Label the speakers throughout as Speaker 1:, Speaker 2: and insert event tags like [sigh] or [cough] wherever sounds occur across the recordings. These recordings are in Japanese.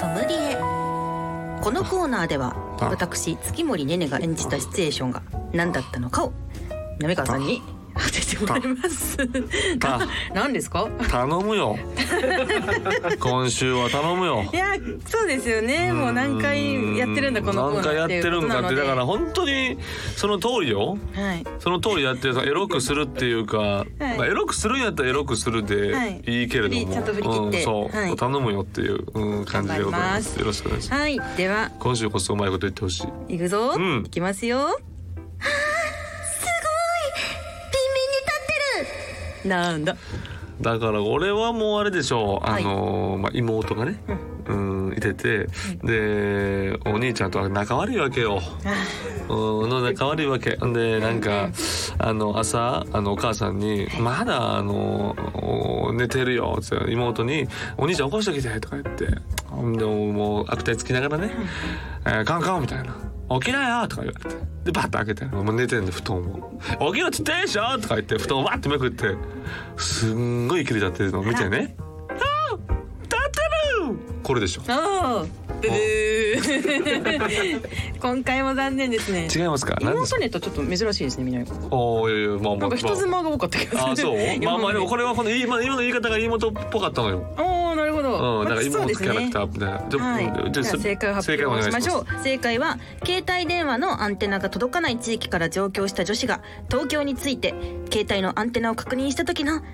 Speaker 1: ソムリエこのコーナーでは
Speaker 2: あ
Speaker 1: 私月森ねねが演じたシチュエーションが何だったのかを滑川さんに当ててもらいます
Speaker 2: た
Speaker 1: な [laughs] 何ですか
Speaker 2: 頼むよ今週は頼むよ
Speaker 1: いやそうですよねもう何回やってるんだこのコーナー
Speaker 2: 何回やってるんだって
Speaker 1: い
Speaker 2: だ
Speaker 1: うことなので
Speaker 2: から本当にその通りよ
Speaker 1: はい
Speaker 2: その通りやってさエロくするっていうか、
Speaker 1: はい
Speaker 2: まあエロくするんやったらエロくする
Speaker 1: はい
Speaker 2: でいいけれども、
Speaker 1: ちゃんと振り切って
Speaker 2: うんそう、
Speaker 1: はい
Speaker 2: 頼むよっていう、うん、感じでございますよろしくお願いします
Speaker 1: はいでは
Speaker 2: 今週こそうまいこと言ってほしい
Speaker 1: いくぞ、
Speaker 2: うん
Speaker 1: いきますよすごいピンピンに立ってるなんだ
Speaker 2: だから俺はもうあれでしょう、
Speaker 1: はい
Speaker 2: あのーまあ、妹がね、うん、いててでお兄ちゃんと仲悪いわけよ。うん、の仲悪いわけでなんかあの朝あのお母さんに「まだあのお寝てるよ」って妹に「お兄ちゃん起こしてきて」とか言ってでももう悪態つきながらね「えーカンカン」みたいな「起きなよ」とか言われてでバッと開けてもう寝てんで布団も「起きろっつってんでしょ」とか言って布団をバッてめくってすんごい切り立ってるのを見てね「あー立ってる!」これでしょ
Speaker 1: おーブブー [laughs] 今回も残念ですね
Speaker 2: 違いますか何で
Speaker 1: 妹
Speaker 2: すか
Speaker 1: ねとちょっと珍しいですねみなみさん
Speaker 2: おーいやいやまあまあ
Speaker 1: なんか人妻が多かった気がする
Speaker 2: あー
Speaker 1: [laughs]
Speaker 2: そうまあまあでもこ
Speaker 1: れ
Speaker 2: れはこの今今の言い方が妹っぽかったのよ。
Speaker 1: おーなるほど、
Speaker 2: うん、なんか
Speaker 1: まあそう
Speaker 2: 妹
Speaker 1: で
Speaker 2: キ
Speaker 1: す
Speaker 2: ャラ
Speaker 1: ね
Speaker 2: クターみたいな。じ
Speaker 1: はい、じゃあ正解を発
Speaker 2: 正解お
Speaker 1: 表
Speaker 2: 願い
Speaker 1: し
Speaker 2: し
Speaker 1: ま
Speaker 2: ます
Speaker 1: しょう正解は携帯電話のアンテナが届かない地域から上京した女子が東京について携帯のアンテナを確認した時の [laughs] すご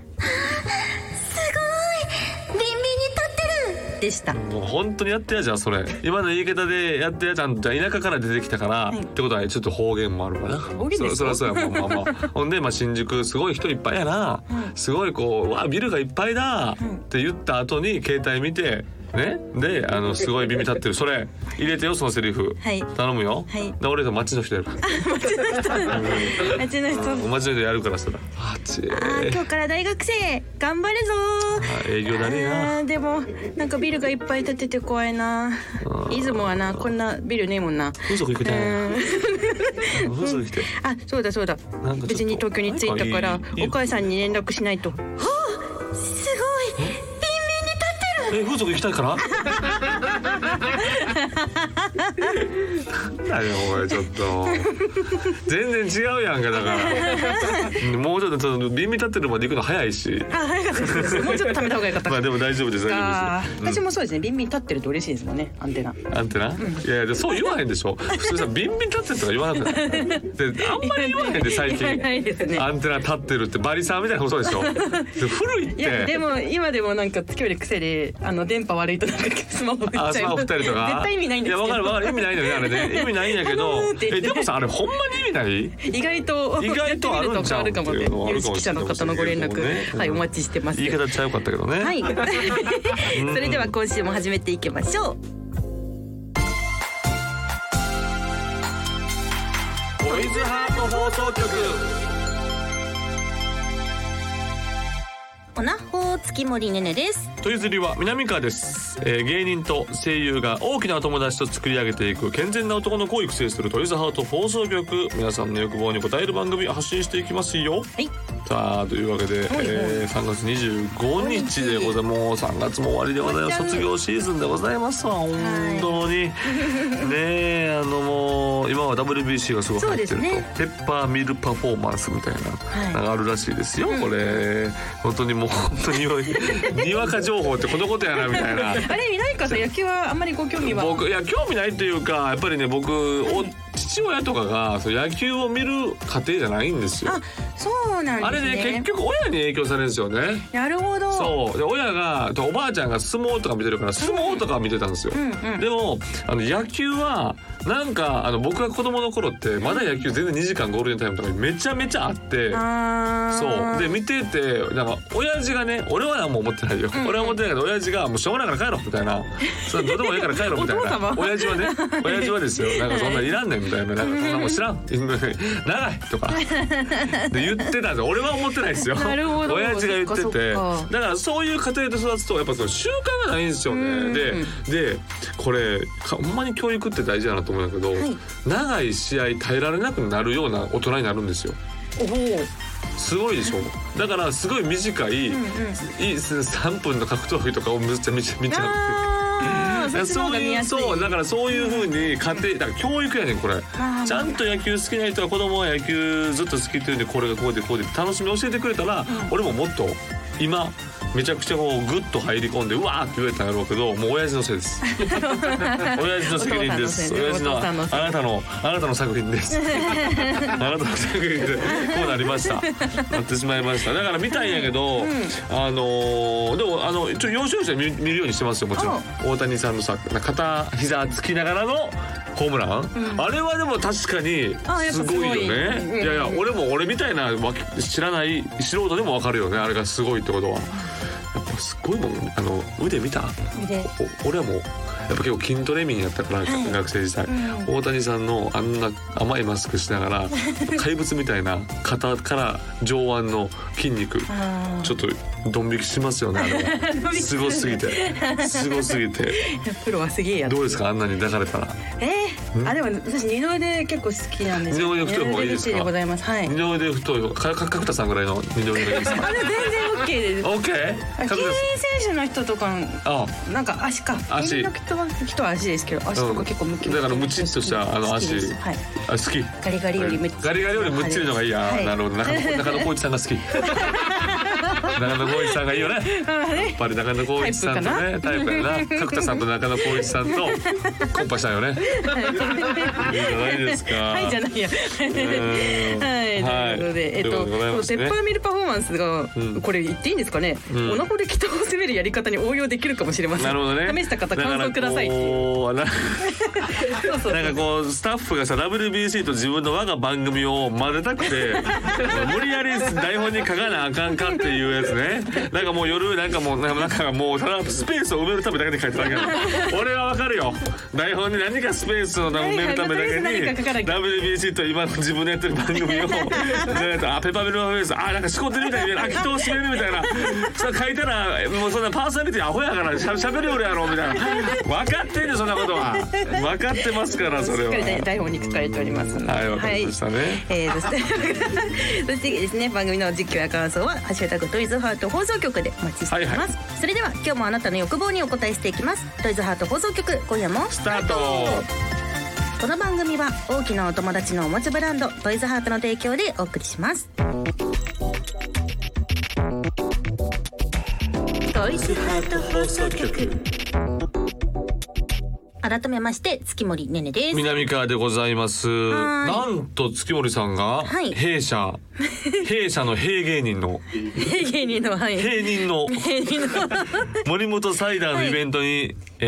Speaker 1: いビンビンに立ってるで [laughs] した
Speaker 2: もう本当にやってやじゃんそれ。今の言い方でやってやじゃん。じゃあ田舎から出てきたから、
Speaker 1: い
Speaker 2: ってことはちょっと方言もあるかな。
Speaker 1: 方言です
Speaker 2: そ
Speaker 1: か
Speaker 2: そらそうやもんまあ
Speaker 1: [laughs]
Speaker 2: まあ。ほんでまあ新宿すごい人いっぱいやな。すごいこううわビルがいっぱいだって言った後に携帯見て。ね、であのすごい耳立ってるそれ入れてよそのセリフ、
Speaker 1: はい
Speaker 2: 頼むよ、
Speaker 1: はい
Speaker 2: で俺と街の人やるから
Speaker 1: 街の人
Speaker 2: おまじないでやるからそれ。あち
Speaker 1: あー今日から大学生頑張るぞ
Speaker 2: あ営業だねえな
Speaker 1: あーでもなんかビルがいっぱい建てて怖いな出雲はなこんなビルねえもんな
Speaker 2: 風俗行くたいな。風俗来て。
Speaker 1: あそうだそうだ
Speaker 2: なんかちょっと
Speaker 1: 別に東京に着いたか
Speaker 2: な
Speaker 1: ら
Speaker 2: んかいい
Speaker 1: お母さんに連絡しないとはあすごい
Speaker 2: え風俗行きたいから。なんだよお前ちょっと。全然違うやんかだから。もうちょっとその耳立ってるまで行くの早いし。
Speaker 1: あ早かったですもうちょっと食べた方がよかった
Speaker 2: まあでも大丈夫です大丈
Speaker 1: か
Speaker 2: 夫です。
Speaker 1: 私もそうですねビンビン立ってると嬉しいですもんねアンテナ
Speaker 2: うん。アンテナ？いやいやそう言わへんでしょ。普通さビンビン立ってるとか言わなくない。であんまり言わへんで最
Speaker 1: 言わないですね
Speaker 2: 近。アンテナ立ってるってバリさんみたいなことでしょ。で古いっ
Speaker 1: いやで
Speaker 2: て。
Speaker 1: も今でもなんか月より癖であの電波悪いとなんかスマホ振っちゃいま
Speaker 2: あ、
Speaker 1: す
Speaker 2: スマホ振ったりとか。
Speaker 1: 絶対意味ないんですけど
Speaker 2: いや、わかるわかる、意
Speaker 1: [laughs]
Speaker 2: 味ないのよね、あれね、意味ないんやけど
Speaker 1: あのーって。言
Speaker 2: え、
Speaker 1: って
Speaker 2: でもさ、あれ、ほんまに意味ない。
Speaker 1: 意外と
Speaker 2: 意外とあるんちゃ
Speaker 1: や
Speaker 2: う
Speaker 1: ってみると変わるかもね有識者の方のご連絡、はいお待ちしてます
Speaker 2: 言い方ちゃうかったけどね。
Speaker 1: はい
Speaker 2: [laughs]
Speaker 1: それでは今週も始めていきましょう
Speaker 2: トイズハート放送局。
Speaker 1: おなほ月森ねねです
Speaker 2: トイズリは南川です、えー芸人と声優が大きなお友達と作り上げていく健全な男の子を育成するトイズハート放送局皆さんの欲望に応える番組を発信していきます
Speaker 1: は
Speaker 2: よ
Speaker 1: い
Speaker 2: さあというわけ
Speaker 1: い
Speaker 2: で、えー3月25日でございますもう3月も終わりでございます
Speaker 1: 終わっちゃう
Speaker 2: 卒業シーズンでございますわ本当に、ねえあのもう今は WBC がすごい入ってると、
Speaker 1: そうですね
Speaker 2: ペッパーミルパフォーマンスみたい
Speaker 1: い
Speaker 2: なのがあるらしいですよ、これ本当にもう本当に弱い
Speaker 1: [laughs]
Speaker 2: にわか情報ってこのことやなみたいな
Speaker 1: あれ南川さん野球はあん [laughs] まりご興味は
Speaker 2: 僕いや興味ないというかやっぱりね僕お父親とかがそう野球を見る家庭じゃないんですよ
Speaker 1: あそうなん
Speaker 2: あ
Speaker 1: で
Speaker 2: れ
Speaker 1: すね
Speaker 2: ね結局親に影響されるんですよね
Speaker 1: なるほど
Speaker 2: そうで親がとおばあちゃんが相撲とか見てるから相撲とか見てたんですよ、
Speaker 1: んうん
Speaker 2: でもあの野球はなんかあの僕が子供の頃ってまだ野球全然2時間ゴールデンタイムとかにめちゃめちゃあって
Speaker 1: あー
Speaker 2: そうで見ててなんか親父がね俺は何も思ってないよ、俺は思ってないけど親父がもうしょうがないから帰ろみたいなそれどうでもいいから帰ろみたい
Speaker 1: お父様
Speaker 2: な親父
Speaker 1: [laughs]
Speaker 2: はね親父はですよなんかそんないらんねんみたいななんかそんなもん知らん長いとかで言ってたんですよ俺は思ってないですよ
Speaker 1: なるほど
Speaker 2: 親父が言って
Speaker 1: そっか
Speaker 2: て
Speaker 1: そっか
Speaker 2: だからそういう家庭で育つとやっぱその習慣がないんですよ
Speaker 1: うん
Speaker 2: ねででこれかほんまに教育って大事だなと思うんだけど、
Speaker 1: い
Speaker 2: 長い試合耐えられなくなるような大人になるんですよ
Speaker 1: おー
Speaker 2: すごいでしょだからすごい短い、いい3分の格闘技とかをめっちゃ見ちゃ見ちゃう
Speaker 1: あーそっちの方
Speaker 2: [laughs] そう
Speaker 1: が見
Speaker 2: い
Speaker 1: や
Speaker 2: う
Speaker 1: すい
Speaker 2: そうだからそういう風に家庭だから教育やねんこれ
Speaker 1: あ
Speaker 2: ちゃんと野球好きな人は子供は野球ずっと好きっていうんでこれがこうでこうで楽しみ教えてくれたら、俺ももっと今めちゃくちゃこうグッと入り込んでうわーって言えたんやろう
Speaker 1: [laughs]
Speaker 2: けどもう親父のせいです親父の責任です
Speaker 1: お
Speaker 2: 親
Speaker 1: 父
Speaker 2: 父
Speaker 1: さんのせいお父さんのせい
Speaker 2: のあなたのあなたの作品ですあなたの作品でこうなりましたなってしまいましただから見たいんやけど、あのーでもあの一応要所要所で見見るようにしてますよもちろん大谷さんのさ肩膝つきながらのホームラン、あれはでも確かに
Speaker 1: あやっ
Speaker 2: す
Speaker 1: ぱ
Speaker 2: ごいよね
Speaker 1: すごいうん
Speaker 2: いやいや俺も俺みたいなわけ知らない素人でもわかるよねあれがすごいってことはやっぱすごいもんあの腕見た
Speaker 1: で
Speaker 2: お俺はもうやっぱ結構筋トレ民やったから、
Speaker 1: い
Speaker 2: 学生時代、
Speaker 1: う
Speaker 2: 大谷さんのあんな甘いマスクしな
Speaker 1: [laughs]
Speaker 2: がら怪物みたいな肩から上腕の筋肉
Speaker 1: あ
Speaker 2: ちょっとドン引きしますよねあれ
Speaker 1: [laughs]
Speaker 2: はすごすぎてすごすぎて
Speaker 1: ープロはすげえや
Speaker 2: どうですかあんなに抱かれたら
Speaker 1: えー、あでも私二の腕結構好きなんですよ
Speaker 2: 二の腕太い方がいいですか
Speaker 1: 二の腕ございますはい
Speaker 2: 二の腕太い方かか角田さんぐらいの二の腕がいい
Speaker 1: [laughs]
Speaker 2: ですか
Speaker 1: あれ全然 OK です
Speaker 2: OK
Speaker 1: 競輪
Speaker 2: 角田さ
Speaker 1: 選
Speaker 2: ん
Speaker 1: 手の人とか
Speaker 2: あ
Speaker 1: なんか足か
Speaker 2: 足
Speaker 1: みんな人は人は足ですけど足とか結構ムキムキ
Speaker 2: だからムチっとしたあの
Speaker 1: 好きです
Speaker 2: 足
Speaker 1: はい
Speaker 2: あ好き
Speaker 1: ガリガリよりむっちり
Speaker 2: ガリガリよりむっちりのがいいや、
Speaker 1: はい
Speaker 2: なるほど中野中野光一さんが好
Speaker 1: [laughs]
Speaker 2: き中野光一さんがいいよねやっぱり中野光一さんとねタイプやな角田さんと中野光
Speaker 1: [laughs]
Speaker 2: 一さんとコンパしたよねいいじゃないですか
Speaker 1: はいじゃないや。はい、
Speaker 2: はい
Speaker 1: ということで、えっと、
Speaker 2: ということでございますね
Speaker 1: ペッパーミルパフォーマンスが、
Speaker 2: ん
Speaker 1: これ言っていいんですかね。
Speaker 2: ん
Speaker 1: オナホで北を攻めるやり方に応用できるかもしれません。
Speaker 2: なるほどね
Speaker 1: 試した方、感想くださいっていう。
Speaker 2: だからこう
Speaker 1: そうそう
Speaker 2: なんかこうスタッフがさ WBC と自分の我が番組を混ぜたくて無理やり台本に書かなあかんかっていうやつねなんかもう夜なんかもうなんかもうただスペースを埋めるためだけに書いただけなの俺はわかるよ台本に何かスペースを埋めるためだけ
Speaker 1: はいはいとりあえず何か書かな
Speaker 2: に
Speaker 1: きゃ
Speaker 2: WBC と今の自分のやってる番組
Speaker 1: [laughs]
Speaker 2: をあペッパーミルパフェスあなんか仕事みたいに見えるあ人を締めるみたいなそう書いたらもうそんなパーソナリティアホやからしゃしゃべるよりやろみたいな分かってんねんそんなことは分かってますからそれ
Speaker 1: しっ
Speaker 2: は
Speaker 1: かり台台本に書かれておりますので
Speaker 2: はいわかりましたね、
Speaker 1: えー、そしてそして [laughs] ですね番組の実況や感想は「ハッシュタグトイズハート放送局」でお待ちしています、
Speaker 2: はいはい
Speaker 1: それでは今日もあなたの欲望にお答えしていきますトイズハート放送局今夜も
Speaker 2: スタート
Speaker 1: この番組は大きなお友達のおもちゃブランドトイズハートの提供でお送りしますトイズハート放送局改めまして月森ねねです
Speaker 2: 南川でございます
Speaker 1: はーい
Speaker 2: なんと月森さんが
Speaker 1: はい
Speaker 2: 弊社、弊社の弊芸
Speaker 1: [laughs]
Speaker 2: 人の
Speaker 1: [laughs] 芸人の
Speaker 2: [laughs]
Speaker 1: はい
Speaker 2: 芸人の
Speaker 1: 芸人の [laughs]
Speaker 2: 森本サイダーのイベントに、え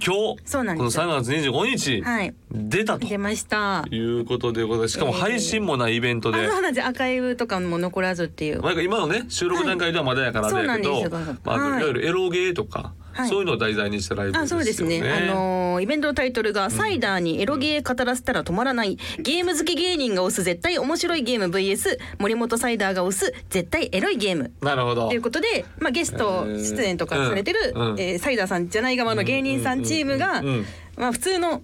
Speaker 2: ー今日
Speaker 1: そうなんで
Speaker 2: この
Speaker 1: すよ
Speaker 2: 3月25日、
Speaker 1: はい
Speaker 2: 出たと
Speaker 1: 出ました
Speaker 2: いうことでございますしかも配信もないイベント
Speaker 1: あ
Speaker 2: で、
Speaker 1: そうなんですアーカイブとかも残らずっていう
Speaker 2: なんか今のね収録段階ではまだやから
Speaker 1: はい
Speaker 2: だけど、
Speaker 1: そうなんですよ
Speaker 2: まああの
Speaker 1: はい
Speaker 2: いわゆるエロゲーとか、
Speaker 1: はい
Speaker 2: そういうのを題材にしたライブですよ
Speaker 1: あ
Speaker 2: ね。
Speaker 1: そうですねあのーイベントのタイトルが「サイダーにエロゲー語らせたら止まらない、ゲーム好き芸人が推す絶対面白いゲーム VS 森本サイダーが推す絶対エロいゲーム」
Speaker 2: なるほど
Speaker 1: ということで、まあ、ゲスト出演とかされてる、
Speaker 2: えーうんうん
Speaker 1: えーサイダーさんじゃない側の芸人さんチームが、
Speaker 2: うんうんうんうん
Speaker 1: まあ、普通の、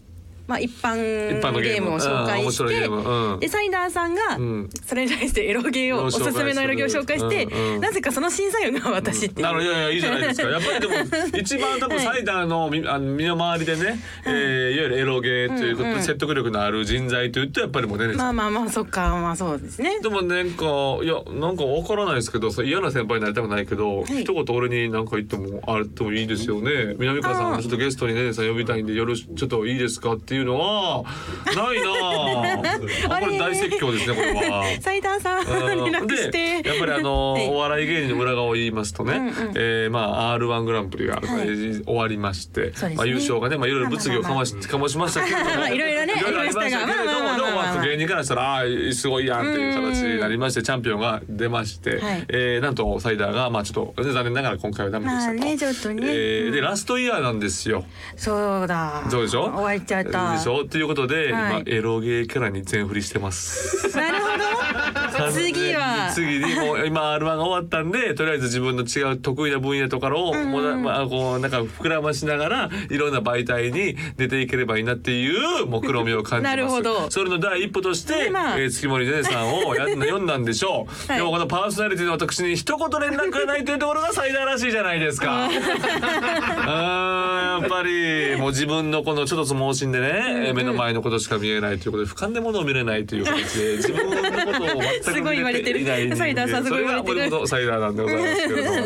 Speaker 1: まあ、一般
Speaker 2: 一般の
Speaker 1: ゲ
Speaker 2: ゲ
Speaker 1: ー
Speaker 2: ーム
Speaker 1: ムを紹介して、
Speaker 2: うん面白いゲームうん
Speaker 1: でサイダーさんが
Speaker 2: ん
Speaker 1: それに対してエロゲーを
Speaker 2: を
Speaker 1: お
Speaker 2: 紹介する
Speaker 1: すすめのエロゲーを紹介して、
Speaker 2: うんうん
Speaker 1: なぜかその審査員が私っていう。
Speaker 2: なるいやいやいいじゃないです
Speaker 1: [laughs]
Speaker 2: か。やっぱりでも一番多分サイダーのみあの身の回りでね、えーいわゆるエロゲーということで、説得力のある人材というとやっぱりもうねねさん
Speaker 1: まあまあまあそっかまあそうですね。
Speaker 2: でもなんかいやなんかわからないですけどそう嫌な先輩になりたくないけど、
Speaker 1: い
Speaker 2: 一言俺に何か言ってもあれてもいいですよね南川さ
Speaker 1: あー
Speaker 2: んちょっとゲストにねねさん呼びたいんで夜ちょっといいですかっていうのはないなあ
Speaker 1: [laughs] あれ
Speaker 2: これ大説教ですねこれは。
Speaker 1: サイダーさん
Speaker 2: うん
Speaker 1: [laughs] になくし
Speaker 2: で
Speaker 1: て。
Speaker 2: やっぱりあの
Speaker 1: [laughs] はい
Speaker 2: お笑い芸人の裏側を言いますとね、
Speaker 1: うんうん
Speaker 2: えーまあ R1 グランプリが、
Speaker 1: はい
Speaker 2: えー終わりまして、
Speaker 1: そうですね
Speaker 2: まあ優勝がねまあいろいろ物議をかましかもしましたけれども、
Speaker 1: ま [laughs] あいろいろね
Speaker 2: いろいろありましたけれど
Speaker 1: ありましたがまあまあ
Speaker 2: も、でも
Speaker 1: まあまあ
Speaker 2: まあ芸人からしたらあーすごいやんっていう形になりましてチャンピオンが出まして、
Speaker 1: はい
Speaker 2: えーなんとサイダーがまあちょっとね残念ながら今回はダメでしたと。
Speaker 1: まあねちょっとね
Speaker 2: えーで
Speaker 1: うん
Speaker 2: ラストイヤーなんですよ。
Speaker 1: そうだ。
Speaker 2: どうでしょう。
Speaker 1: 終わっちゃった。
Speaker 2: でしょ。ということで、
Speaker 1: はい
Speaker 2: 今エロゲーキャラに全振りしてます。
Speaker 1: なるほ
Speaker 2: [laughs]
Speaker 1: ど。次は。
Speaker 2: 次にもう今 R1 が終わったんでとりあえず自分の違う得意な分野とかをもうなまあこうなんか膨らましながらいろんな媒体に出ていければいいなっていう目論みを感じます。
Speaker 1: なるほど
Speaker 2: それの第一歩として、
Speaker 1: でまあ
Speaker 2: えー月森ねねさんをや読んだんでしょ
Speaker 1: [laughs]
Speaker 2: う。
Speaker 1: はい
Speaker 2: でもこのパーソナリティの私に一言連絡がないというところが最大らしいじゃないですか。あーやっぱりもう自分のこのちょっと盲信でね目の前のことしか見えないということで俯瞰で物を見れないという形で自分のことを全く見れていない
Speaker 1: すごい言われてるサイダーさんす
Speaker 2: そ
Speaker 1: ごい
Speaker 2: れ
Speaker 1: 言わ
Speaker 2: が
Speaker 1: れてる
Speaker 2: 森本サイダーなんでございますけれどもね。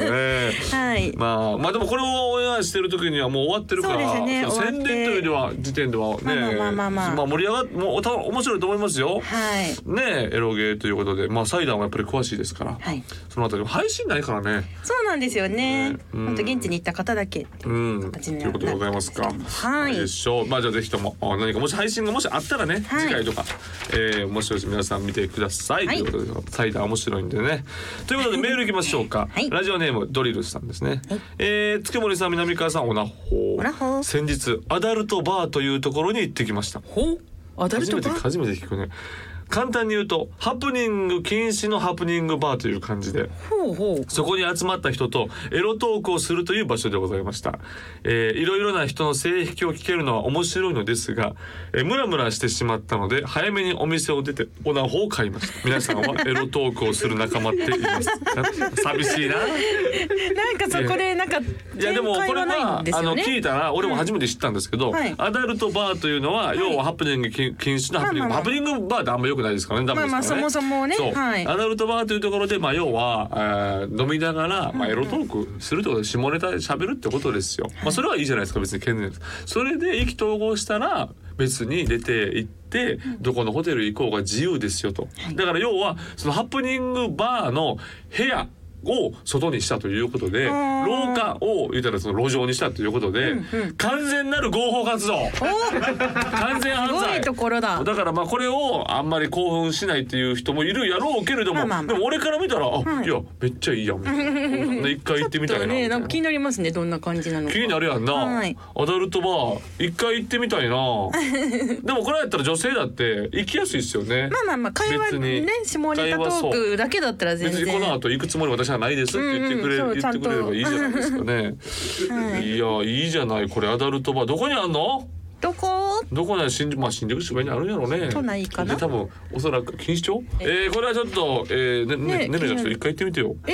Speaker 1: はい。
Speaker 2: まあまあでもこれをオンエアしてる時にはもう終わってるから
Speaker 1: そうですね
Speaker 2: そう宣伝というよりは時点ではね
Speaker 1: まあまあまあまあ
Speaker 2: まあ盛り上がっもうた面白いと思いますよ。
Speaker 1: はい。
Speaker 2: ねエロゲーということでまあサイダーもやっぱり詳しいですから、
Speaker 1: はい。
Speaker 2: そのあたりも配信ないからね。
Speaker 1: そうなんですよね
Speaker 2: ね。うん
Speaker 1: 本当現地に行った方だけ。
Speaker 2: うん、と
Speaker 1: 形に
Speaker 2: い
Speaker 1: な
Speaker 2: うことでございますか。
Speaker 1: はい
Speaker 2: でしょう。まあじゃあぜひともあ何かもし配信がもしあったらね、
Speaker 1: はい
Speaker 2: 次回とか、えー、面白いし皆さん見てください、
Speaker 1: はい
Speaker 2: ということでサイダー面白いんでね。という
Speaker 1: [laughs]
Speaker 2: ことでメールいきましょうか。
Speaker 1: はい
Speaker 2: ラジオネームドリルさんですね。えー、つけもりさん南川さんおなほ。
Speaker 1: おなほ
Speaker 2: 先日アダルトバーというところに行ってきました。
Speaker 1: ほ。アダル
Speaker 2: 初
Speaker 1: ト
Speaker 2: めて
Speaker 1: バー。
Speaker 2: 初めて聞くね。簡単に言うとハプニング禁止のハプニングバーという感じで。
Speaker 1: ほうほう。
Speaker 2: そこに集まった人とエロトークをするという場所でございました。えーいろいろな人の性癖を聞けるのは面白いのですが、えームラムラしてしまったので、早めにお店を出てオナホを買いました。皆さんはエロトークをする仲間っています [laughs] か寂しいな。
Speaker 1: なんかそこでなんか
Speaker 2: いやでもこれ
Speaker 1: はない
Speaker 2: は、
Speaker 1: んです
Speaker 2: あ
Speaker 1: よ
Speaker 2: の
Speaker 1: ね。
Speaker 2: 聞いたら俺も初めて知ったんですけど、
Speaker 1: うんはい
Speaker 2: アダルトバーというのは、要はハプニング禁禁止のハプニング、
Speaker 1: まあまあまあ
Speaker 2: ハプニングバーってあんま良くないですからねダメですからね、
Speaker 1: まあまあそもそもね
Speaker 2: そう
Speaker 1: はい
Speaker 2: アダルトバーというところでまあ要は、えー飲みながら、まあ、エロトークするってことで下ネタで喋るってことですよ、まあそれはいいじゃないですか別に健全ですそれで意気投合したら別に出て行ってどこのホテル行こうが自由ですよと、だから要はそのハプニングバーの部屋を外にしたということで
Speaker 1: ー
Speaker 2: 廊下を言ったらその路上にしたということで、完全なる合法活動完全
Speaker 1: す
Speaker 2: 犯
Speaker 1: ごい
Speaker 2: 罪
Speaker 1: ところだ。
Speaker 2: だからまあこれをあんまり興奮しないっていう人もいるやろうけれども、
Speaker 1: まあまあまあ
Speaker 2: でも俺から見たらあ、
Speaker 1: はい
Speaker 2: い、やめっちゃいいやんみたいな一回行ってみたいなみたい
Speaker 1: ね、な
Speaker 2: なん
Speaker 1: か気になりますね。どんな感じなのか。
Speaker 2: 気になるやんな、
Speaker 1: はい
Speaker 2: アダルトバー一回行ってみ
Speaker 1: [laughs]
Speaker 2: たいなでもこれやったら女性だって行きやすいですよね
Speaker 1: まあまあまあ会話ね
Speaker 2: 別に
Speaker 1: 下ネタトークだけだったら全
Speaker 2: 別
Speaker 1: 然
Speaker 2: にこの後行くつもり私はないですって言ってくれ,、
Speaker 1: うんうんそう
Speaker 2: 言ってくれればいいじゃないですかね、
Speaker 1: [laughs]
Speaker 2: い、やいいじゃないこれアダルトバーどこにあんの
Speaker 1: どこ
Speaker 2: どこなら新宿まあ新宿渋谷にあるんやろうね。
Speaker 1: 都内かな
Speaker 2: で多分おそらく錦糸町。えー、これはちょっとえー、
Speaker 1: ね
Speaker 2: ねねねねちょ
Speaker 1: 気に
Speaker 2: っと
Speaker 1: なる
Speaker 2: 一回行ってみてよ。
Speaker 1: え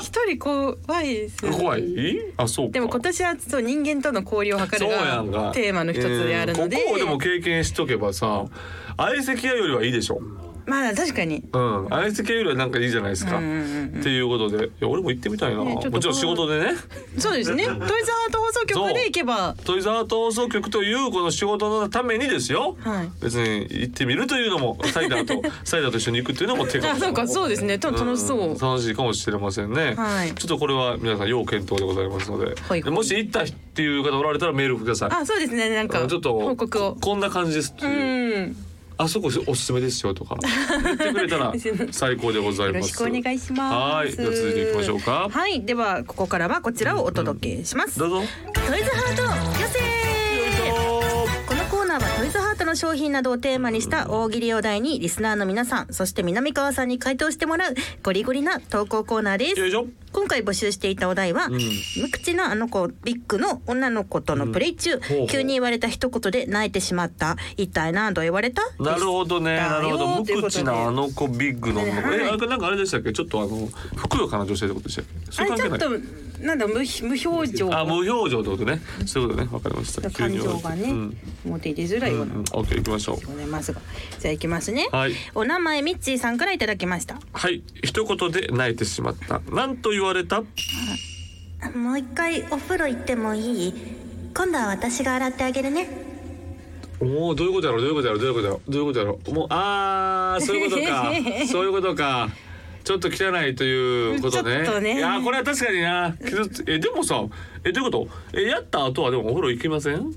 Speaker 1: 一人怖いですよね
Speaker 2: 怖い？あそうか。
Speaker 1: でも今年はそう人間との交流を図
Speaker 2: そう
Speaker 1: る
Speaker 2: やん
Speaker 1: が
Speaker 2: か
Speaker 1: テーマの一つであるので、
Speaker 2: えーここをでも経験しとけばさ、相席屋よりはいいでしょ。
Speaker 1: まあ確かに
Speaker 2: うん、相席屋よりはなんかいいじゃないですか。
Speaker 1: うんうんうんうん
Speaker 2: っていうことで、いや俺も行ってみたいな。
Speaker 1: ねちょっと
Speaker 2: もちろん仕事でね。
Speaker 1: そうですねトイズハート放送局で行けば
Speaker 2: トイザート放送局というこの仕事のためにですよ、
Speaker 1: はい
Speaker 2: 別に行ってみるというのもサイダーとサイダーと一緒に行くというのも手が
Speaker 1: あそうかそうですねと楽しそう、
Speaker 2: ん楽しいかもしれませんね、
Speaker 1: はい
Speaker 2: ちょっとこれは皆さん要検討でございますので、
Speaker 1: はい
Speaker 2: でもし行ったっていう方おられたらメールください
Speaker 1: あそうですねなん
Speaker 2: う
Speaker 1: か
Speaker 2: んちょっと
Speaker 1: 報告を
Speaker 2: ここんな感じですと
Speaker 1: う
Speaker 2: いう、
Speaker 1: ん
Speaker 2: あそこおすすめですよとか言ってくれ
Speaker 1: [laughs]
Speaker 2: たら最高でござい
Speaker 1: よ
Speaker 2: ま
Speaker 1: ろ
Speaker 2: す
Speaker 1: しくお願いしま
Speaker 2: はい
Speaker 1: す
Speaker 2: では続いていきましょうか、
Speaker 1: はいではここからはこちらをお届けします、
Speaker 2: どうぞ
Speaker 1: トイズハート寄せこのコーナーはトイズハートの商品などをテーマにした大喜利を題にリスナーの皆さんそして南川さんに回答してもらうゴリゴリな投稿コーナーで
Speaker 2: よい
Speaker 1: す
Speaker 2: しょ
Speaker 1: 今回募集していたお題は、
Speaker 2: ん
Speaker 1: 無口なあの子ビッグの女の子とのプレイ中、
Speaker 2: ほうほう
Speaker 1: 急に言われた一言で泣いてしまった一体何度言われた
Speaker 2: なるほどね
Speaker 1: です
Speaker 2: なるほ
Speaker 1: だよ
Speaker 2: ど
Speaker 1: ーという
Speaker 2: 無
Speaker 1: ことで
Speaker 2: 口なあの子ビッグの女の子、
Speaker 1: はい
Speaker 2: えあれなんかあれでしたっけちょっとあのふくよかな女性ってことでしたっけそ
Speaker 1: あ
Speaker 2: れ
Speaker 1: れち
Speaker 2: 関係
Speaker 1: ょ
Speaker 2: な
Speaker 1: っ
Speaker 2: い
Speaker 1: となんだ無無表情
Speaker 2: あ、無
Speaker 1: 感
Speaker 2: 表情ってことね。そういうことね。わかりました。
Speaker 1: 情がね、
Speaker 2: 急に
Speaker 1: 表に出づらい
Speaker 2: 言
Speaker 1: ような
Speaker 2: われてうんうん。オッケー、行きましょ
Speaker 1: ございますがじゃあいきますね、
Speaker 2: う。はい。
Speaker 1: お名前ミッチーさんからいただきました
Speaker 2: はい、一言で泣いてしまった。なんと言われた。
Speaker 3: もう一回お風呂行ってもいい今度は私が洗ってあげるね
Speaker 2: おお、どういうことやろう、どういうことやろう、どういうことやろう、どういうことやろう。もう、ああ、そういうことか。
Speaker 1: [laughs]
Speaker 2: そういうことか。ちょっと汚いということね。
Speaker 1: ちょっとね
Speaker 2: いやー、これは確かにな。傷つえ、でもさ、え、どういうこと。え、やった後は、でも、お風呂行きません。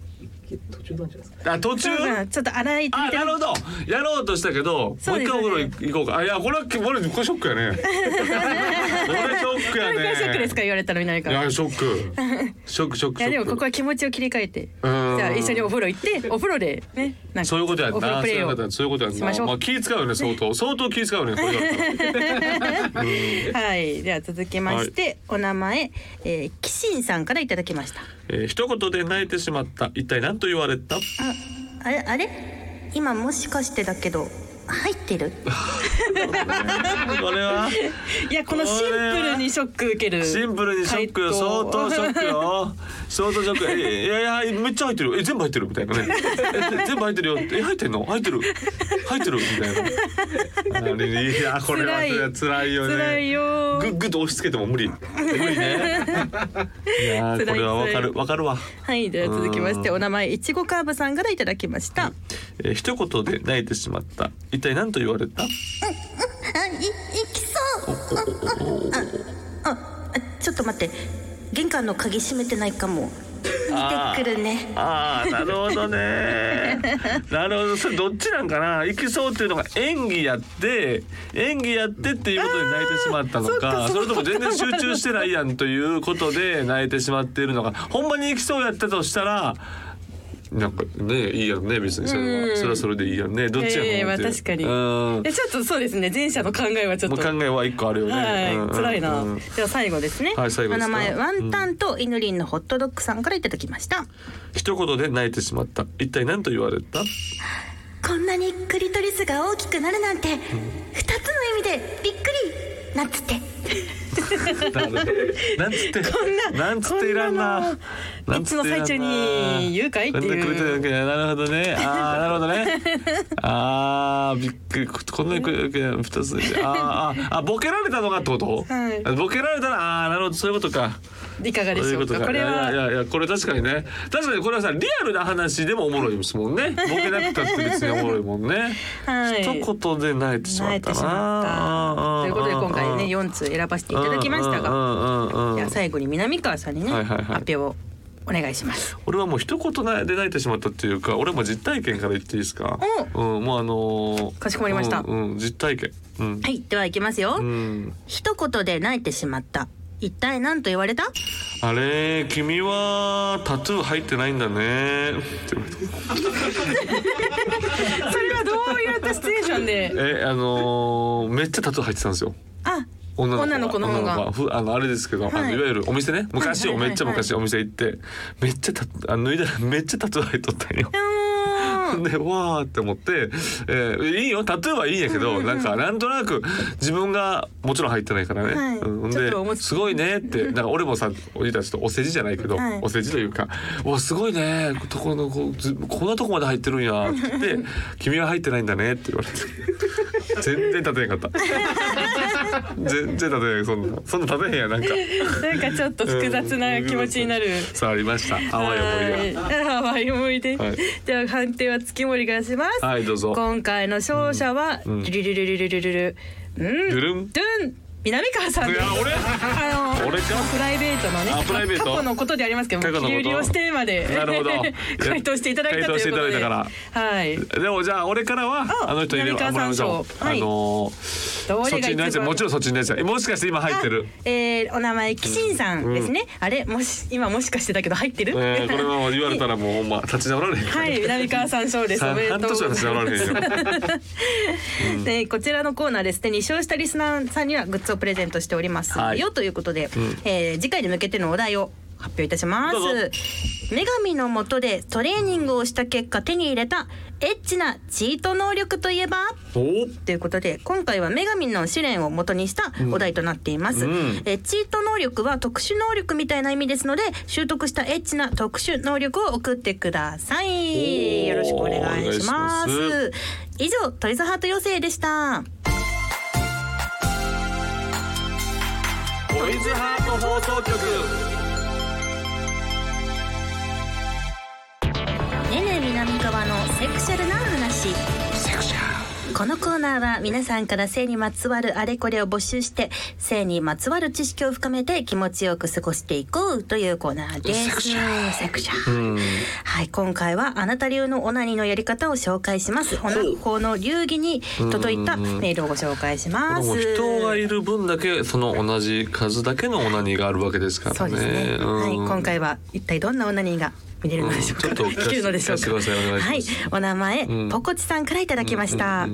Speaker 2: 途中
Speaker 1: そ
Speaker 2: なん
Speaker 1: う
Speaker 2: じゃないですか。あ、途中。
Speaker 1: だちょっと洗い
Speaker 2: あ、
Speaker 1: て
Speaker 2: なるほど。やろうとしたけど、
Speaker 1: そ
Speaker 2: も
Speaker 1: う
Speaker 2: う
Speaker 1: で
Speaker 2: 一
Speaker 1: すね
Speaker 2: 回お風呂行こうか。あいや、これは、これ、これショックや
Speaker 1: [laughs]
Speaker 2: ね。これショックや
Speaker 1: これ
Speaker 2: ね。
Speaker 1: がショックですか言われたらみんなに
Speaker 2: い
Speaker 1: から
Speaker 2: や、ショック。ショック、ショック、
Speaker 1: い
Speaker 2: ショ
Speaker 1: やでも
Speaker 2: ッ
Speaker 1: ここ
Speaker 2: ク。
Speaker 1: は気持ちを切り替えてじ
Speaker 2: うん
Speaker 1: ゃあ一緒にお風呂行ってお風呂でねなんか
Speaker 2: そういうことやん
Speaker 1: お風呂
Speaker 2: な。
Speaker 1: プ
Speaker 2: そう
Speaker 1: レ
Speaker 2: い
Speaker 1: イ
Speaker 2: う
Speaker 1: を
Speaker 2: ことやんそういうことやん
Speaker 1: しましょ
Speaker 2: な。
Speaker 1: う
Speaker 2: まあ、気使うよね、相当、相当気使うよね、これ
Speaker 1: [laughs]
Speaker 2: だったら
Speaker 1: はいでは続きまして、お名前、えー、キシンさんからいただきました
Speaker 2: えー一言で泣いてしまった。一体何と言われた。
Speaker 3: ああれあれ今もしかしてだけど入って
Speaker 1: [laughs]
Speaker 3: る
Speaker 2: これは。
Speaker 1: いやこのシンプルにショック受ける
Speaker 2: シンプルにショックよ
Speaker 1: 回答 [laughs]
Speaker 2: 相当ショックよショートジャンプえいやいやめっちゃ入ってるよえ全部入ってるみたいなねえ全部入ってるよえ入ってんの入ってる入ってるみたいなあ
Speaker 1: [laughs]
Speaker 2: れいやこれは辛い辛いよね
Speaker 1: 辛いよ
Speaker 2: ぐぐっと押し付けても無理無理
Speaker 1: [laughs]
Speaker 2: ねいやーこれはわかるわかるわ
Speaker 1: はいでは続きまして
Speaker 2: うん
Speaker 1: お名前いちごカーブさんからいただきました
Speaker 2: えー一言で泣いてしまった一体何と言われた
Speaker 3: あい行きそう
Speaker 1: あちょっと待って玄関の鍵閉めてないかも
Speaker 2: あ
Speaker 3: 見てくるね
Speaker 2: ああなるほど [laughs] ねなるほどそれどっちなんかな行きそうっていうのが演技やって演技やってっていうことで泣いてしまったのかそれとも全然集中してないやんということで泣いてしまっているのかほんまに行きそうやったとしたらなんかねいいやんね別にそれ
Speaker 1: うん
Speaker 2: はそれはそれでいいやんねどっちや
Speaker 1: ええ
Speaker 2: も
Speaker 1: ま
Speaker 2: ん
Speaker 1: あ確かに
Speaker 2: うん
Speaker 1: えちょっとそうですね前者の考えはちょっ
Speaker 2: もう
Speaker 1: と
Speaker 2: 考えは一個あるよね
Speaker 1: はい、
Speaker 2: うんうん
Speaker 1: 辛いな、
Speaker 2: うん
Speaker 1: では最後ですね、
Speaker 2: はい最後です
Speaker 1: お名
Speaker 2: か
Speaker 1: 前ワンタンとイヌリンのホットドッグさんからいただきました、
Speaker 2: 一言で泣いてしまった一体何と言われた
Speaker 3: こんなにクリトリスが大きくなるなんて二つの意味でびっくりなんつって
Speaker 2: なんつって
Speaker 1: こんな
Speaker 2: なんつっていらん
Speaker 1: こ
Speaker 2: な
Speaker 1: んなの
Speaker 2: な
Speaker 1: 一
Speaker 2: んつってらんな
Speaker 1: つの最中に言うかいっていう
Speaker 2: こんなくれてるわけなるほどね
Speaker 1: [laughs]
Speaker 2: あーなるほどねあーびっくりこんなにくれてるわけ二つであーあーあボケられたのかってこと、
Speaker 1: はい
Speaker 2: ボケられたらあーなるほどそういうことか
Speaker 1: いかがで
Speaker 2: そうい
Speaker 1: し
Speaker 2: う
Speaker 1: ょ
Speaker 2: こ
Speaker 1: う
Speaker 2: と
Speaker 1: か
Speaker 2: か
Speaker 1: これはい
Speaker 2: やいやいやこれ確かにね確かにこれはさリアルな話でもおもろいですも
Speaker 1: [laughs]
Speaker 2: んねボケなくたって別におもろいもんね、
Speaker 1: はい
Speaker 2: 一言で泣いてしま
Speaker 1: 慣
Speaker 2: っ
Speaker 1: れ
Speaker 2: た
Speaker 1: て
Speaker 2: な
Speaker 1: しまったということで今回ね
Speaker 2: ね
Speaker 1: 4通選ばせていただきましたが
Speaker 2: が
Speaker 1: じゃあ最後に南川さんにね、
Speaker 2: はいはいはい
Speaker 1: 発表をお願いします
Speaker 2: 俺はもう一言なで泣いてしまったっていうか俺も実体験から言っていいですか、うん、もうあのー、
Speaker 1: かしこまりました
Speaker 2: うんうん、実体験うん、
Speaker 1: はいではいきますよ、
Speaker 2: うん、
Speaker 1: 一言で泣いてしまった一体何と言われた
Speaker 2: あれ君はタトゥー入ってないん
Speaker 1: [laughs]
Speaker 2: だねって言われて
Speaker 1: それはどういったシチュエーションで
Speaker 2: えあのー、めっちゃタトゥー入ってたんですよ
Speaker 1: あ
Speaker 2: 女の子
Speaker 1: 女の子の方が
Speaker 2: 女の子ふあのあれですけど、あ
Speaker 1: は
Speaker 2: の
Speaker 1: い
Speaker 2: いわゆるお店ね昔を
Speaker 1: はいはいはいはい
Speaker 2: めっちゃ昔お店行ってめっちゃタトあ脱いだらめっちゃタトゥー入っとったんよ
Speaker 1: うーん
Speaker 2: でわーって思って、えーいいよタトゥーはいいんやけど、なんかなんとなく自分がもちろん入ってないからね、
Speaker 1: はい
Speaker 2: うん、
Speaker 1: ちょっと思っ
Speaker 2: で
Speaker 1: て
Speaker 2: すごいねってなんか俺もさおじたちとお世辞じゃないけど、
Speaker 1: はい
Speaker 2: お世辞というか「わすごいねとこのこずこんなとこまで入ってるんや」って言って「君は入ってないんだね」って言われて。
Speaker 1: [laughs]
Speaker 2: 全然立てへんかった。全然立てへん、そんな、そんな立てへんや、なんか。
Speaker 1: なんかちょっと複雑な気持ちになる
Speaker 2: さあ、ありました。あわよもり
Speaker 1: はい淡い思い出、
Speaker 2: はい
Speaker 1: では判定は月森がします、
Speaker 2: が。はい、どうぞ。
Speaker 1: 今回の勝者は、
Speaker 2: ん
Speaker 1: ルルルルルルルルうん
Speaker 2: ルルン
Speaker 1: ドゥン南川さん
Speaker 2: い
Speaker 1: です
Speaker 2: や、俺。
Speaker 1: あの
Speaker 2: 俺か
Speaker 1: プライベートのね
Speaker 2: あプライベート
Speaker 1: 過去のことでありますけど
Speaker 2: 過去のこと
Speaker 1: 切り売りをしてまで
Speaker 2: なるほど
Speaker 1: [laughs] 回答していただいたということで
Speaker 2: 回答していただい
Speaker 1: はい
Speaker 2: でもじゃあ俺からは
Speaker 1: あ
Speaker 2: あの人に
Speaker 1: 南川
Speaker 2: もらいましょう。
Speaker 1: さん賞
Speaker 2: あの
Speaker 1: ど
Speaker 2: ー、そっちにのやつもちろんそっちにのやつやもしかして今入ってる。
Speaker 1: あえーお名前キシンさんですね、あれもし今もしかしてだけど入ってる、
Speaker 2: えー、これはもう言われたらもうほんま立ち直られへん。
Speaker 1: [laughs] はい南川さん賞ですお
Speaker 2: さ
Speaker 1: めでとう
Speaker 2: 半
Speaker 1: ご
Speaker 2: 年
Speaker 1: ざ
Speaker 2: はい
Speaker 1: ま
Speaker 2: 立ち
Speaker 1: す
Speaker 2: 直られへ
Speaker 1: [laughs]
Speaker 2: んよ。
Speaker 1: でこちらのコーナーですね2勝したリスナーさんにはグッズをプレゼントしておりますよ、
Speaker 2: はい
Speaker 1: ということで、
Speaker 2: ん
Speaker 1: えー次回に向けてのお題を発表いたします
Speaker 2: どうぞ
Speaker 1: 女神の下でトレーニングをした結果手に入れたエッチなチート能力といえば
Speaker 2: お
Speaker 1: ということで今回は女神の試練を元にしたお題となっています、
Speaker 2: うん
Speaker 1: えーチート能力は特殊能力みたいな意味ですので習得したエッチな特殊能力を送ってください
Speaker 2: おー
Speaker 1: よろしくお願いします
Speaker 2: お願いし
Speaker 1: 以上トリザハート妖精でした
Speaker 2: トイズハート放送局。
Speaker 1: ねね南川のセクシャルな話このコーナーは皆さんから性にまつわるあれこれを募集して性にまつわる知識を深めて気持ちよく過ごしていこうというコーナーですセクシャ
Speaker 2: うん。
Speaker 1: はい今回はあなた流のオナニーのやり方を紹介しますオナホの流儀に届いたメールをご紹介しま
Speaker 2: でも
Speaker 1: す
Speaker 2: 人がいる分だけその同じ数だけのオナニーがあるわけですか
Speaker 1: そう
Speaker 2: らね。
Speaker 1: ですね、はい、
Speaker 2: うん
Speaker 1: 今回は一体どんなオナニーが見れるのでしょうか、
Speaker 2: うんちょっ
Speaker 1: [laughs]
Speaker 2: と
Speaker 1: できるのでしょうか
Speaker 2: 聞かせてくださいお願いし
Speaker 1: はい
Speaker 2: ます
Speaker 1: お名前、
Speaker 2: うん
Speaker 1: ポコチさんからいただきました、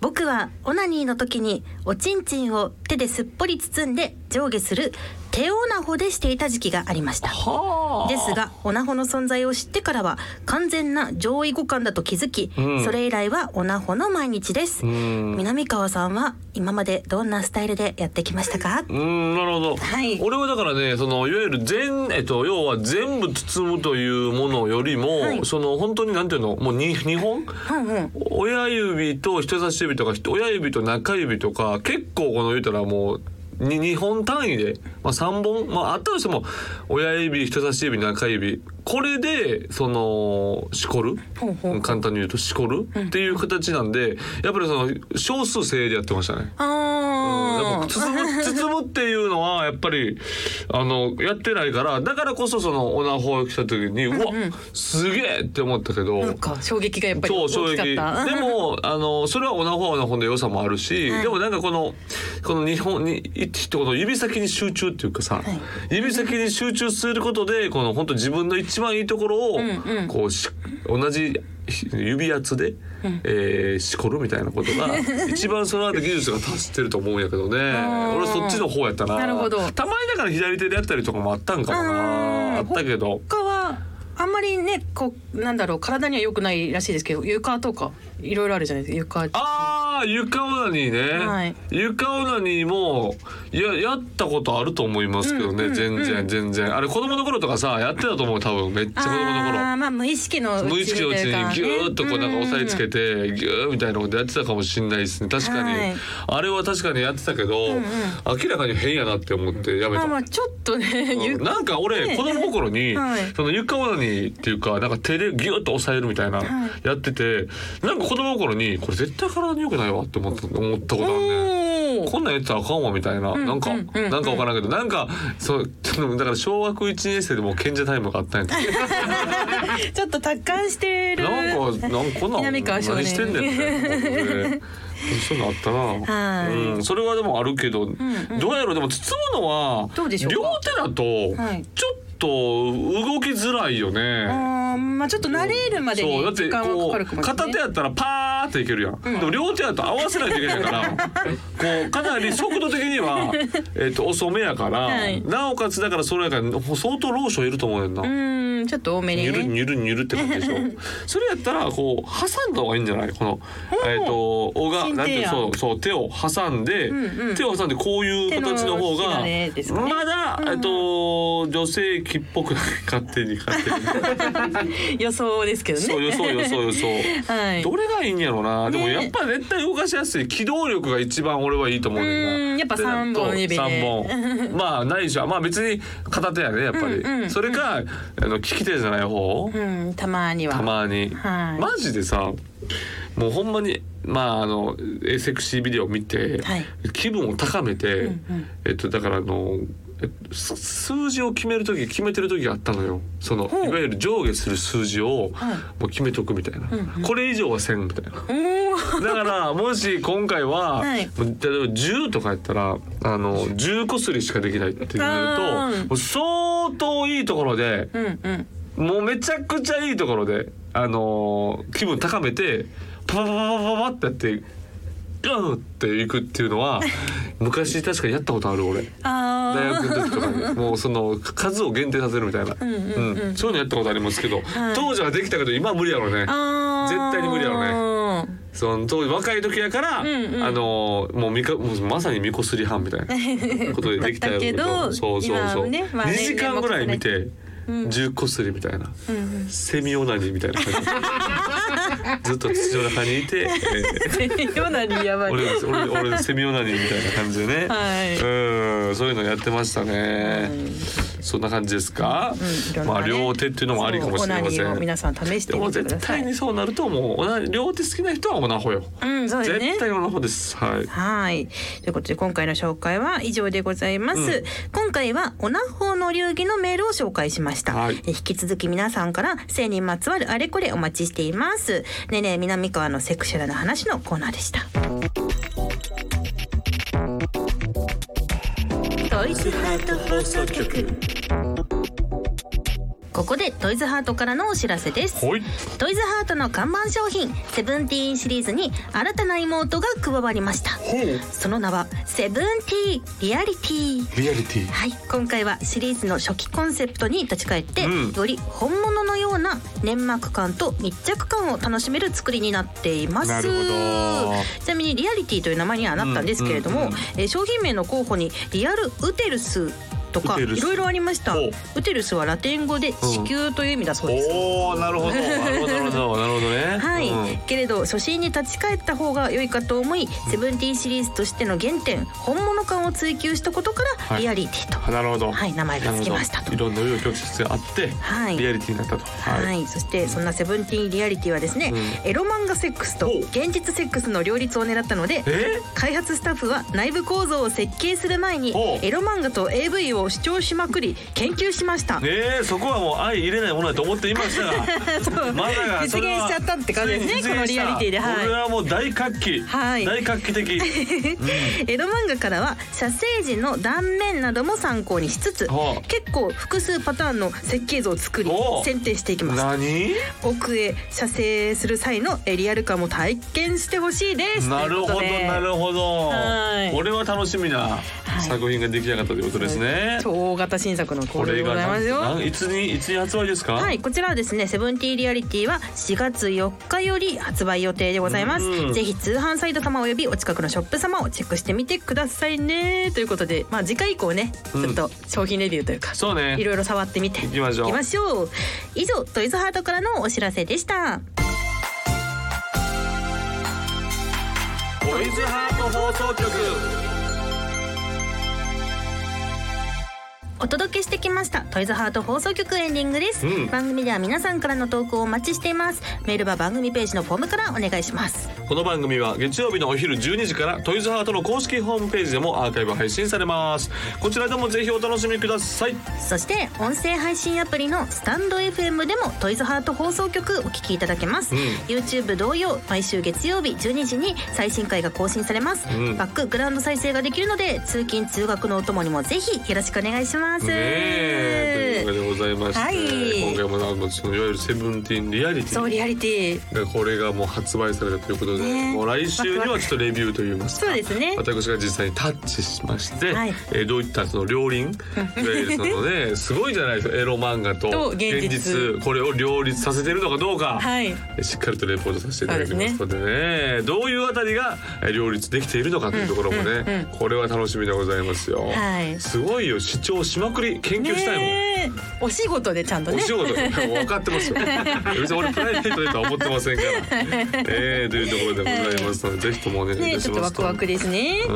Speaker 1: 僕はオナニーの時におちんちんを手ですっぽり包んで上下する手オナホでしていた時期がありました
Speaker 2: はあ
Speaker 1: ですがオナホの存在を知ってからは完全な上位互換だと気づき、
Speaker 2: うん
Speaker 1: それ以来はオナホの毎日です、
Speaker 2: うん
Speaker 1: 南川さんは今までどんなスタイルでやってきましたか
Speaker 2: うーんなるほど、
Speaker 1: はい
Speaker 2: 俺はだからねそのいわゆる全、えっと、要は全部包むというものよりも、
Speaker 1: はい
Speaker 2: その本当になんていうのもうに2本
Speaker 1: うんうん
Speaker 2: 親指と人差し指とか人親指と中指とか結構この言うたらもうに2本単位で、まあ、3本、まあ、あったとしても親指人差し指中指これでそのしこる
Speaker 1: ほうほう
Speaker 2: 簡単に言うとしこるっていう形なんでやっぱりその少数精鋭でやってましたね。
Speaker 1: あ
Speaker 2: やっぱ
Speaker 1: ー
Speaker 2: 包む包むっていうのはやっぱりあのやってないからだからこそそのオナホが来た時にうわすげえって思ったけど。
Speaker 1: なんか衝撃がやっぱり
Speaker 2: 超
Speaker 1: 大
Speaker 2: 衝
Speaker 1: き
Speaker 2: 撃
Speaker 1: か
Speaker 2: で
Speaker 1: った [laughs]
Speaker 2: もあのそれはオナホはオナホの良さもあるし、
Speaker 1: はい
Speaker 2: でもなんかこのこの日本に一この指先に集中っていうかさ、指先に集中することでこの本当自分の一番いいところを、
Speaker 1: んうん
Speaker 2: こうし同じ指圧で、えーしこるみたいなことが
Speaker 1: [laughs]
Speaker 2: 一番その後技術が達してると思うんやけどね
Speaker 1: ー
Speaker 2: 俺そっちの方やったな
Speaker 1: なるほど
Speaker 2: たまにだから左手でやったりとかもあったんかも
Speaker 1: あー
Speaker 2: なあったけど
Speaker 1: 他はあんまりねこうなんだろう体には良くないらしいですけど床とかいろいろあるじゃないですか床
Speaker 2: ああ床オナニーね、
Speaker 1: はい
Speaker 2: 床オナニーもいややったことあると思いますけどね、全然全然あれ子供の頃とかさやってたと思う多分めっちゃ子供の頃
Speaker 1: あーまあ無意識のうち
Speaker 2: 無意識のうち
Speaker 1: というか
Speaker 2: にギューッとこうなんか押さえつ
Speaker 1: うん
Speaker 2: けてギューみたいなことやってたかもしれないですね確かに、
Speaker 1: はい
Speaker 2: あれは確かにやってたけど、明らかに変やなって思ってやめ
Speaker 1: ま
Speaker 2: た
Speaker 1: あまあちょっとね、ゆ
Speaker 2: うんなんか俺
Speaker 1: ね
Speaker 2: 子供の頃に、
Speaker 1: はい
Speaker 2: その床オナニーっていうかなんか手でギュッと押さえるみたいな、やっててなんか子供の頃にこれ絶対体に良くないわって思った思ったことあるね。
Speaker 1: おー
Speaker 2: こんなんやってたらあかんわみたいな、なんか、
Speaker 1: うんうん
Speaker 2: なんかわからんけど、なんか、そう、ちょっとだから小学一年生でもう賢者タイムがあったんやけど
Speaker 1: ちょっと達観してる
Speaker 2: なんか、なんかこんなん、
Speaker 1: 南川
Speaker 2: 何
Speaker 1: 少年
Speaker 2: してんねんみたいな思って。そういうのあったな。
Speaker 1: はい
Speaker 2: うん、それはでもあるけど、
Speaker 1: うん
Speaker 2: どうやろう、でも包むのは、
Speaker 1: どうでしょうか
Speaker 2: 両手だと、
Speaker 1: はい
Speaker 2: ちょっと動きづらいよね。
Speaker 1: あーまあちょっと慣れるまでに
Speaker 2: そうだって
Speaker 1: 時間は
Speaker 2: こ
Speaker 1: かか
Speaker 2: う
Speaker 1: るかもしれな
Speaker 2: 片
Speaker 1: い
Speaker 2: 手やったらパーっていけるやん、でも両手やと合わせないといけないからこうかなり速度的に
Speaker 1: [laughs]
Speaker 2: は、えっと遅めやから、
Speaker 1: はい
Speaker 2: なおかつだからそれやから相当ローションいると思うねんな、
Speaker 1: うーんちょっと多めに
Speaker 2: ゆる
Speaker 1: ね
Speaker 2: ゆるゆるって感じでしょそれやったらこう挟んだ方がいいんじゃないこのえっ、とおが
Speaker 1: 新
Speaker 2: なんてい
Speaker 1: 提
Speaker 2: う
Speaker 1: 案
Speaker 2: そうそう手を挟んで、
Speaker 1: うんうん
Speaker 2: 手を挟んでこういう形の方
Speaker 1: 手のひ
Speaker 2: が
Speaker 1: らでですかね
Speaker 2: まだ、えっと女性器っぽくない勝手に勝手に
Speaker 1: 予想ですけどね
Speaker 2: そう予想予想予想
Speaker 1: はい
Speaker 2: どれがいいんやろうな、でも
Speaker 1: ね
Speaker 2: やっぱ絶対動かしやすい機動力が一番俺はいいと思うねん
Speaker 1: うー
Speaker 2: なん
Speaker 1: やっぱ
Speaker 2: で
Speaker 1: 三本指で
Speaker 2: 三本まあないしはまあ別に片手やねやっぱり、
Speaker 1: うんうんうん
Speaker 2: それかあの利き手じゃない方、
Speaker 1: うんたまには
Speaker 2: たまに、
Speaker 1: はい
Speaker 2: マジでさもうほんまにまああのえセクシービデオ見て、
Speaker 1: はい
Speaker 2: 気分を高めて、
Speaker 1: うんうん
Speaker 2: えっとだからあのえっとす数字を決める時決めてる時があったのよその
Speaker 1: ほう
Speaker 2: いわゆる上下する数字を
Speaker 1: はい
Speaker 2: もう決めとくみたいな、これ以上はせんみたい
Speaker 1: [laughs]
Speaker 2: な
Speaker 1: おー
Speaker 2: だからもし今回は、
Speaker 1: はい
Speaker 2: もう例えば10とかやったらあの10こすりしかできないって
Speaker 1: あ
Speaker 2: なると
Speaker 1: ー
Speaker 2: もう相当いいところで
Speaker 1: うんうん
Speaker 2: もうめちゃくちゃいいところで、あのー気分高めてパパパパパパってやってガンっていくっていうの [laughs] は昔確かにやったことある俺
Speaker 1: あ
Speaker 2: 大
Speaker 1: ー
Speaker 2: 学の時とかにもうその数を限定させるみたいな、うんそういうのやったことありますけど、
Speaker 1: はい
Speaker 2: 当時はできたけど今は無理やろうね
Speaker 1: あー
Speaker 2: 絶対に無理やろその当時若い時やから、
Speaker 1: んうん
Speaker 2: あのーもうみかもうまさにみこすり班
Speaker 1: [laughs]
Speaker 2: みたいなことでできたよ
Speaker 1: だったけど
Speaker 2: そうそう
Speaker 1: 今
Speaker 2: そ
Speaker 1: は
Speaker 2: う、
Speaker 1: ねまあ
Speaker 2: 2時間ぐらい見て10こすりみたいな。
Speaker 1: うんうん
Speaker 2: セミオナニーみたいな感
Speaker 1: [laughs]
Speaker 2: じずっと土の中にいて、えー
Speaker 1: ようなにやばい
Speaker 2: 俺俺俺セミオナニーみたいな感じでね、
Speaker 1: はい
Speaker 2: うんそういうのやってましたね、そんな感じですか、
Speaker 1: うん
Speaker 2: まあ両手っていうのもありかもしれ
Speaker 1: そ
Speaker 2: ませ
Speaker 1: うオナニーを
Speaker 2: ん
Speaker 1: 皆さん試して
Speaker 2: で
Speaker 1: み
Speaker 2: も
Speaker 1: てくだ
Speaker 2: 絶
Speaker 1: さ
Speaker 2: 対
Speaker 1: い
Speaker 2: にそうなるともうオナ両手好きな人はオナホよ、
Speaker 1: うんそうですね
Speaker 2: 絶対オナホですはい
Speaker 1: はい。ということで今回の紹介は以上でございます。
Speaker 2: うん
Speaker 1: 今回はオナホの流儀のメールを紹介しました。
Speaker 2: はい
Speaker 1: え引き続き皆さんから性にまつわるあれこれお待ちしています。ねえねえ南川のセクシャルな話のコーナーでした。ドイツハート放送局ここでトイズハートからのお知らせです
Speaker 2: ほい
Speaker 1: トイズハートの看板商品セブンティーンシリーズに新たな妹が加わりました
Speaker 2: ほう
Speaker 1: その名はセブンティーリアリティ
Speaker 2: リアリティ
Speaker 1: はい今回はシリーズの初期コンセプトに立ち返って、
Speaker 2: うん
Speaker 1: より本物のような粘膜感と密着感を楽しめる作りになっています
Speaker 2: なるほど
Speaker 1: ちなみにリアリティという名前にはなったんですけれども、
Speaker 2: うんうんうん
Speaker 1: えー商品名の候補にリアルウテルスとか
Speaker 2: ウテル
Speaker 1: い
Speaker 2: ス
Speaker 1: ろいろありました
Speaker 2: ほう
Speaker 1: ウテルスはラテン語で子宮という意味だそうです、
Speaker 2: おおなるほどなるほどなる [laughs] ほどなるほどね
Speaker 1: はい、
Speaker 2: うん
Speaker 1: けれど初心に立ち返った方が良いかと思いセブンティーンシリーズとしての原点本物感を追求したことから、
Speaker 2: はい
Speaker 1: リアリティと
Speaker 2: あなるほど
Speaker 1: はい名前が付きましたと
Speaker 2: なるほどいろんな紆余曲折があって、
Speaker 1: はい
Speaker 2: リアリティになったと
Speaker 1: はい、
Speaker 2: はい
Speaker 1: そしてそんな「セブンティーンリアリティはですね、
Speaker 2: う
Speaker 1: エロ漫画セックスと
Speaker 2: ほう
Speaker 1: 現実セックスの両立を狙ったので
Speaker 2: え
Speaker 1: 開発スタッフは内部構造を設計する前に
Speaker 2: ほう
Speaker 1: エロ漫画と AV を主張しまくり研究しま [laughs] した。
Speaker 2: えー、そこはもう相入れないものだと思っていました
Speaker 1: [laughs]
Speaker 2: が
Speaker 1: そう
Speaker 2: まだ
Speaker 1: 実
Speaker 2: が
Speaker 1: 現し
Speaker 2: それは
Speaker 1: ちゃったって感じですね
Speaker 2: 実現
Speaker 1: このリアリティで
Speaker 2: した
Speaker 1: はい
Speaker 2: これはもう大活気、
Speaker 1: はい
Speaker 2: 大活気
Speaker 1: [laughs]
Speaker 2: 的
Speaker 1: エロ漫画からは写生時の断面なども参考にしつつ
Speaker 2: ほう
Speaker 1: 結構複数パターンの設計図を作り
Speaker 2: ほう
Speaker 1: 選定していきます
Speaker 2: 何
Speaker 1: 奥へ写生する際のえリアル感も体験してほしいです
Speaker 2: なるほど
Speaker 1: ということで
Speaker 2: なるほど
Speaker 1: はい
Speaker 2: これは楽しみない作品ができなかったということですね、
Speaker 1: 超大型新作の
Speaker 2: こ
Speaker 1: これ
Speaker 2: れ
Speaker 1: でご
Speaker 2: が
Speaker 1: ざい
Speaker 2: な
Speaker 1: ますよ
Speaker 2: んなんいつにいつに発売ですか
Speaker 1: はい、こちらはですね、セブンティーリアリティは4月4日より発売予定でございます。
Speaker 2: うん
Speaker 1: ぜひ通販サイト様およびお近くのショップ様をチェックしてみてくださいね。ということで、まあ次回以降ね、ち
Speaker 2: うん
Speaker 1: ょっと商品レビューというか、
Speaker 2: そうね
Speaker 1: いろいろ触ってみてい
Speaker 2: きましょう
Speaker 1: きましょう以上、トイズハートからのお知らせでした。
Speaker 2: ボイズハート放送局
Speaker 1: お届けしてきましたトイズハート放送局エンディングです、
Speaker 2: うん
Speaker 1: 番組では皆さんからの投稿をお待ちしていますメールは番組ページのフォームからお願いします
Speaker 2: この番組は月曜日のお昼12時からトイズハートの公式ホームページでもアーカイブ配信されますこちらでもぜひお楽しみください
Speaker 1: そして音声配信アプリのスタンド FM でもトイズハート放送局お聞きいただけます、
Speaker 2: うん
Speaker 1: YouTube 同様毎週月曜日12時に最新回が更新されます、
Speaker 2: うん
Speaker 1: バックグラウンド再生ができるので通勤通学のお供にもぜひよろしくお願いします、
Speaker 2: ねえというわけでございまして、
Speaker 1: はい
Speaker 2: 今回もなんかそのいわゆるセブンティーンリアリテ
Speaker 1: そう
Speaker 2: ィ
Speaker 1: リアリティ
Speaker 2: がこれがもう発売されたということで、
Speaker 1: ねえ
Speaker 2: もう来週にはちょっとレビューといいますか
Speaker 1: そうですね
Speaker 2: 私が実際にタッチしまして、
Speaker 1: はい
Speaker 2: えーどういったその両
Speaker 1: [laughs]
Speaker 2: 輪いわゆるそのねすごいじゃないですかエロ漫画
Speaker 1: と
Speaker 2: と
Speaker 1: 現
Speaker 2: 現
Speaker 1: 実
Speaker 2: 実これを両立させてるのかどうか、
Speaker 1: はい
Speaker 2: しっかりとレポートさせていただきますのでねどういうあたりがえー両立できているのかというところもね、
Speaker 1: うんうん
Speaker 2: これは楽しみでございますよ、
Speaker 1: はい
Speaker 2: すごいよ主張しまくり研究したいもん、
Speaker 1: ねえお仕事でちゃんと
Speaker 2: お
Speaker 1: ね
Speaker 2: 仕事分かってます
Speaker 1: [laughs]
Speaker 2: よ別に俺プライベートでとは思ってませんからえー、というところでございますので、ぜひともお願いい
Speaker 1: ね
Speaker 2: た
Speaker 1: えち
Speaker 2: し
Speaker 1: ょっと
Speaker 2: ま
Speaker 1: ワ
Speaker 2: す
Speaker 1: クワクですね
Speaker 2: う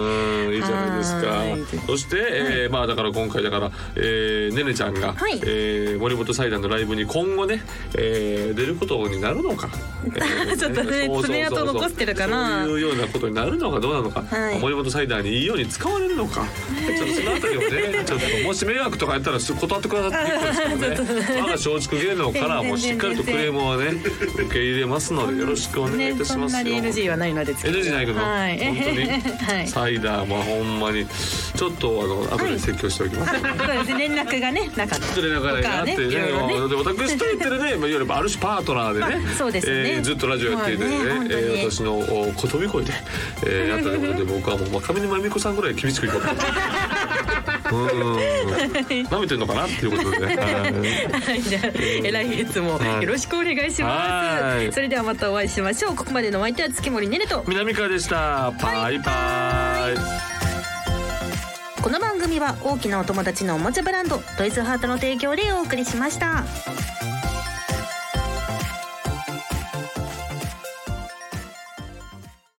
Speaker 2: んいいじゃないですか
Speaker 1: はい
Speaker 2: そして、えーまあだから今回だから、えー、ねねちゃんが、
Speaker 1: はい
Speaker 2: えー森本祭壇のライブに今後ね、えー、出ることになるのか、えー
Speaker 1: [laughs] ちょっとね
Speaker 2: そうそうそうそう
Speaker 1: 爪痕残してるかな
Speaker 2: そういうようなことになるのかどうなのか、
Speaker 1: はい
Speaker 2: 森本祭壇にいいように使われるのかちょっとそのあたりを
Speaker 1: [laughs]
Speaker 2: ねちょっともし迷惑とかやったらす断ってくださっていいことですけどね我が松竹芸能からもしっかりとクレームをね受け入れますのでよろしくお願いいたし
Speaker 1: そん
Speaker 2: ます
Speaker 1: な
Speaker 2: よ。
Speaker 1: に NG はないので
Speaker 2: NG ないけど、
Speaker 1: はい
Speaker 2: 本当に、
Speaker 1: [laughs] はい
Speaker 2: サイダーもほんまにちょっとあの後で説教しておきます。
Speaker 1: そうですね連絡がねなかった
Speaker 2: 失礼ながらやって
Speaker 1: 他
Speaker 2: ね、
Speaker 1: ねいろいろね
Speaker 2: で私と言っ
Speaker 1: [laughs]
Speaker 2: てるね、まあいわゆるある種パートナーでね
Speaker 1: あ、そうですよね
Speaker 2: えーずっとラジオやっていてね、
Speaker 1: まあね本当に
Speaker 2: えー私のおことび声で、
Speaker 1: [laughs]
Speaker 2: えー、やったところで僕はもうまあ上沼恵美子さんぐらい厳しくいこうと思って。うん、舐めてんのかなっていうことで、ね、はい
Speaker 1: はい、じゃあ、え来月もよろしくお願いします。
Speaker 2: はい
Speaker 1: それではまたお会いしましょう。ここまでのお相手は月森ねねと。
Speaker 2: 南川でした。バイバイ
Speaker 1: この番組は大きなお友達のおもちゃブランドトイズハートの提供でお送りしました。